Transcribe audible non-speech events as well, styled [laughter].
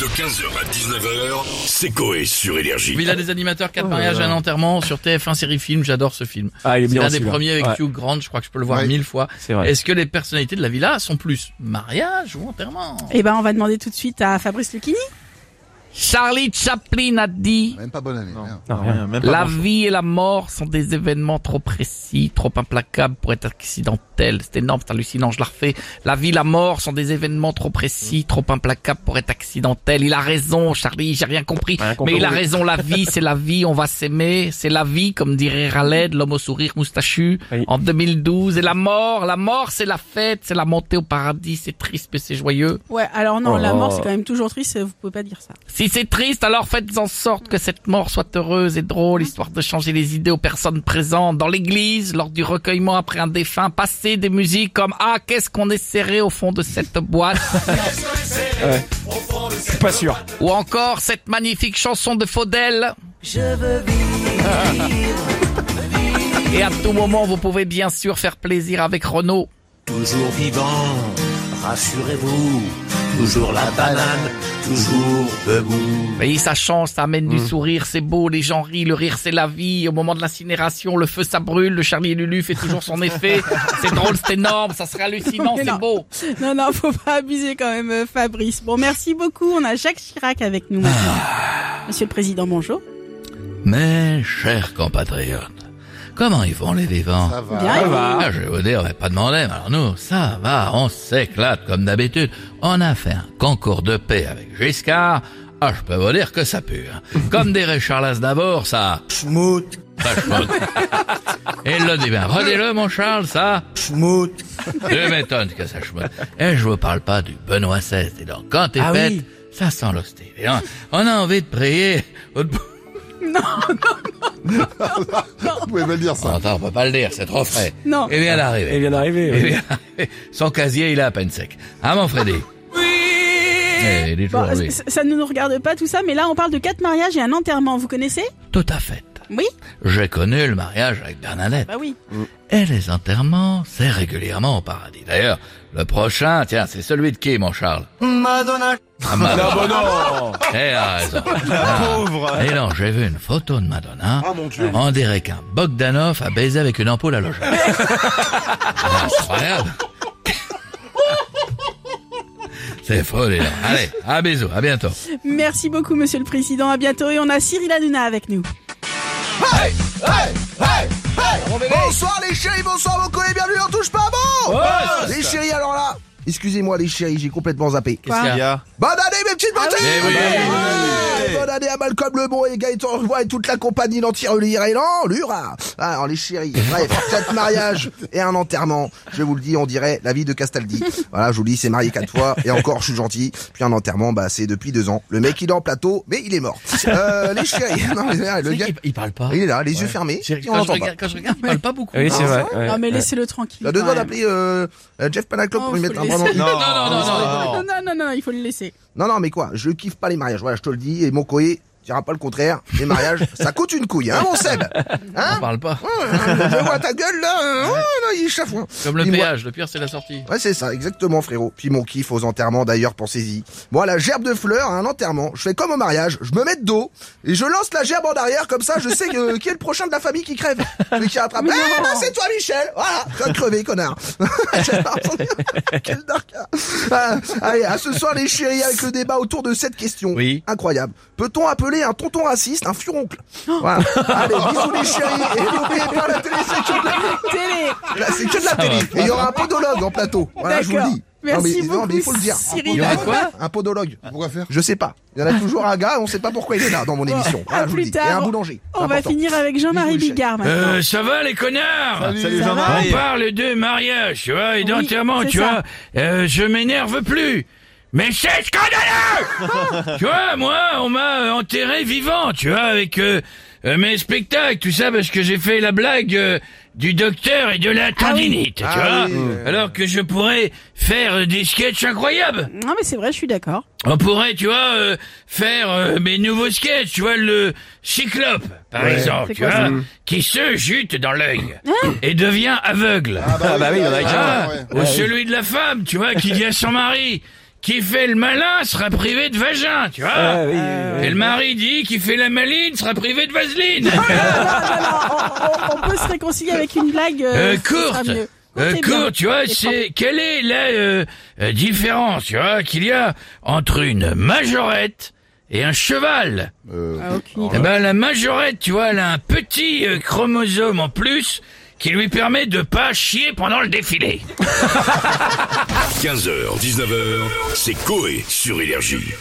De 15h à 19h, c'est Coé sur Énergie. Villa des animateurs, Oh 4 mariages, un enterrement sur TF1 série film. J'adore ce film. Ah, il est C'est bien l'un des celui-là. premiers avec Ouais. Hugh Grant. Je crois que je peux le voir Ouais. mille fois. C'est vrai. Est-ce que les personnalités de la villa sont plus mariage ou enterrement Eh ben, on va demander tout de suite à Fabrice Lucchini. Charlie Chaplin a dit Même pas bonne année. merde. Non, rien. La vie et la mort sont des événements trop précis, trop implacables pour être accidentels. C'est énorme, c'est hallucinant, je la refais. La vie et la mort sont des événements trop précis, trop implacables pour être accidentels. Il a raison, Charlie, j'ai rien compris. Rien compris. mais il a raison, la vie, c'est la vie, on va s'aimer. C'est la vie, comme dirait Raled, l'homme au sourire moustachu, Oui. en 2012. Et la mort, la mort, c'est la fête, c'est la montée au paradis, c'est triste, mais c'est joyeux. Ouais, alors non, la Oh. mort, c'est quand même toujours triste, vous pouvez pas dire ça. Si c'est triste, alors faites en sorte que cette mort soit heureuse et drôle, histoire de changer les idées aux personnes présentes. Dans l'église, lors du recueillement après un défunt, passez des musiques comme Ah, qu'est-ce qu'on est serré au fond de cette boîte [laughs] Je suis pas sûr. Ou encore cette magnifique chanson de Faudel. Je veux vivre. [laughs] Et à tout moment, vous pouvez bien sûr faire plaisir avec Renaud. Toujours vivant, rassurez-vous, toujours la banane, toujours debout. Vous voyez, ça change, ça amène du sourire, c'est beau, les gens rient, le rire c'est la vie. Au moment de l'incinération, le feu ça brûle, le Charlie et Lulu fait toujours [laughs] son effet. C'est drôle, c'est énorme, ça serait hallucinant, Mais c'est non. beau. [laughs] Non, non, faut pas abuser quand même, euh, Fabrice. Bon, merci beaucoup. On a Jacques Chirac avec nous maintenant. Monsieur le Président, bonjour. Mes chers compatriotes, comment ils vont les vivants Ça va. Bien. Ah, je vais vous dire, on va pas demander, mais alors nous, ça va, on s'éclate comme d'habitude. On a fait un concours de paix avec Giscard. Ah, je peux vous dire que ça pue. hein. Comme dirait Charles Aznavour, ça... Schmout, ça chmoute. Et il le dit bien. Redis-le, mon Charles, ça... schmout. Tu m'étonnes que ça chmoute. Et je vous parle pas du Benoît XVI. Et donc, quand t'es Ah fête, oui. ça sent l'hostie. Et on- On a envie de prier... au- Vous pouvez me le dire ça. Attends, on peut pas le dire, c'est trop frais. Non. Et bien d'arriver. Il vient d'arriver. Eh ouais. bien, son casier, il est à peine sec. Hein, mon Freddy Oui Il est Bon, toujours oui. ça, ça ne nous regarde pas tout ça, mais là, on parle de quatre mariages et un enterrement. Vous connaissez Tout à fait. Oui J'ai connu le mariage avec Bernadette. Bah oui. Et les enterrements, c'est régulièrement au paradis. D'ailleurs, le prochain, tiens, c'est celui de qui, mon Charles Madonna, Ah, Madonna. Oh non Eh, a raison. Pauvre Et non, j'ai vu une photo de Madonna. Ah, mon Dieu. On dirait qu'un Bogdanov a baisé avec une ampoule à [laughs] loge. Incroyable C'est fou, les gens. Allez, un bisou, à bientôt. Merci beaucoup, Monsieur le Président. À bientôt. Et on a Cyril Hanouna avec nous. Bonsoir les chéris, bonsoir mon collègue, bienvenue, on touche pas bon Les chéris, alors là, excusez-moi les chéris, j'ai complètement zappé. Qu'est-ce qu'il y a Bonne année mes petites beautés Eh oui. Ouais, Bonne année à Malcolm Lebon et Gaëtan Roy et toute la compagnie d'entière l'Irlande, l'Ura Ah, Alors les chéris, [laughs] bref, quatre mariages et un enterrement, je vous le dis, on dirait la vie de Castaldi. Voilà, je vous le dis, c'est marié quatre fois, et encore, je suis gentil. Puis un enterrement, bah c'est depuis deux ans. Le mec, il est en plateau, mais il est mort. Euh, les chéris, [laughs] non mais le gars, il parle pas. il est là, les yeux fermés, Chérie, on Quand je, l'entend pas. regarde, quand je regarde, il parle pas beaucoup. Oui, c'est vrai. ouais. Non, mais laissez-le tranquille. T'as deux quand doigts même. d'appeler euh, euh, Jeff Panaclock Oh, pour lui faut mettre un le bras dans laisser. le- non, non, non, non. Non, non, non, non, il faut le laisser. Non, non, mais quoi Je kiffe pas les mariages, voilà, je te le dis. Et mon coé, dira pas le contraire. Les [laughs] mariages, ça coûte une couille, hein, mon Seb On Hein parle pas. Hum, Je vois ta gueule, là hein, oh, là, Il est chafouin Comme le Il voit- péage, le pire c'est la sortie. Ouais, c'est ça, exactement, frérot. Puis mon kiff aux enterrements, d'ailleurs, pensez-y. Moi, la gerbe de fleurs à un enterrement, je fais comme au mariage, je me mets de dos et je lance la gerbe en arrière, comme ça, je sais euh, qui est le prochain de la famille qui crève. Celui qui rattrape. Eh, ben, c'est toi, Michel Voilà Tu vas crever, connard [laughs] Quel darka Ah, Allez, à ce soir, les chéris, avec le débat autour de cette question. Oui. Incroyable. Peut-on appeler un tonton raciste un furoncle Voilà. Allez, bisous, les chéris, et n'oubliez pas la télé, c'est que de la- Télé. Là, c'est que de la télé. Et il y aura un podologue en plateau. Voilà, je vous D'accord. le dis. Merci non, mais, beaucoup, non, mais il faut le dire. Cyril. Un Il y aura podologue. Un podologue. Pourquoi faire Je sais pas. Il y en a toujours un gars, on sait pas pourquoi il est là dans mon émission. à Voilà, je vous le plus dis. tard. Et un boulanger. On va Important. finir avec Jean-Marie Bisous, Michel. Bigard maintenant. Euh, ça va les connards Ça va On parle de mariage, tu vois, et Oui, d'enterrement, c'est tu ça. vois. Euh, je m'énerve plus. Mais c'est [laughs] scandaleux Tu vois, moi, on m'a euh, enterré vivant, tu vois, avec euh, euh, mes spectacles, tout ça, parce que j'ai fait la blague euh, du docteur et de la tendinite, tu Ah vois. Euh. oui, ouais. Alors que je pourrais faire euh, des sketchs incroyables. Non, mais c'est vrai, je suis [laughs] d'accord. On pourrait, tu vois, euh, faire euh, mes nouveaux sketchs, tu vois, le cyclope, par exemple, C'est tu quoi Ah. vois, qui se jute dans l'œil et devient aveugle. Ah bah oui, il y en a Ah, qu'un. ouais. Ou celui de la femme, tu vois, qui dit à son mari, qui fait le malin sera privé de vagin, tu vois. ah, Et le mari dit qui fait la maline sera privé de vaseline. Ah, On, on peut se réconcilier avec une blague euh, Euh, ce sera courte. mieux. Euh, et bien. courte, tu vois, Et c'est quelle est la euh, euh, différence, tu vois, qu'il y a entre une majorette et un cheval Euh, Ah, aucune idée. Eh ben la majorette, tu vois, elle a un petit euh, chromosome en plus qui lui permet de pas chier pendant le défilé. 15h, 19h, c'est Coé sur Énergie.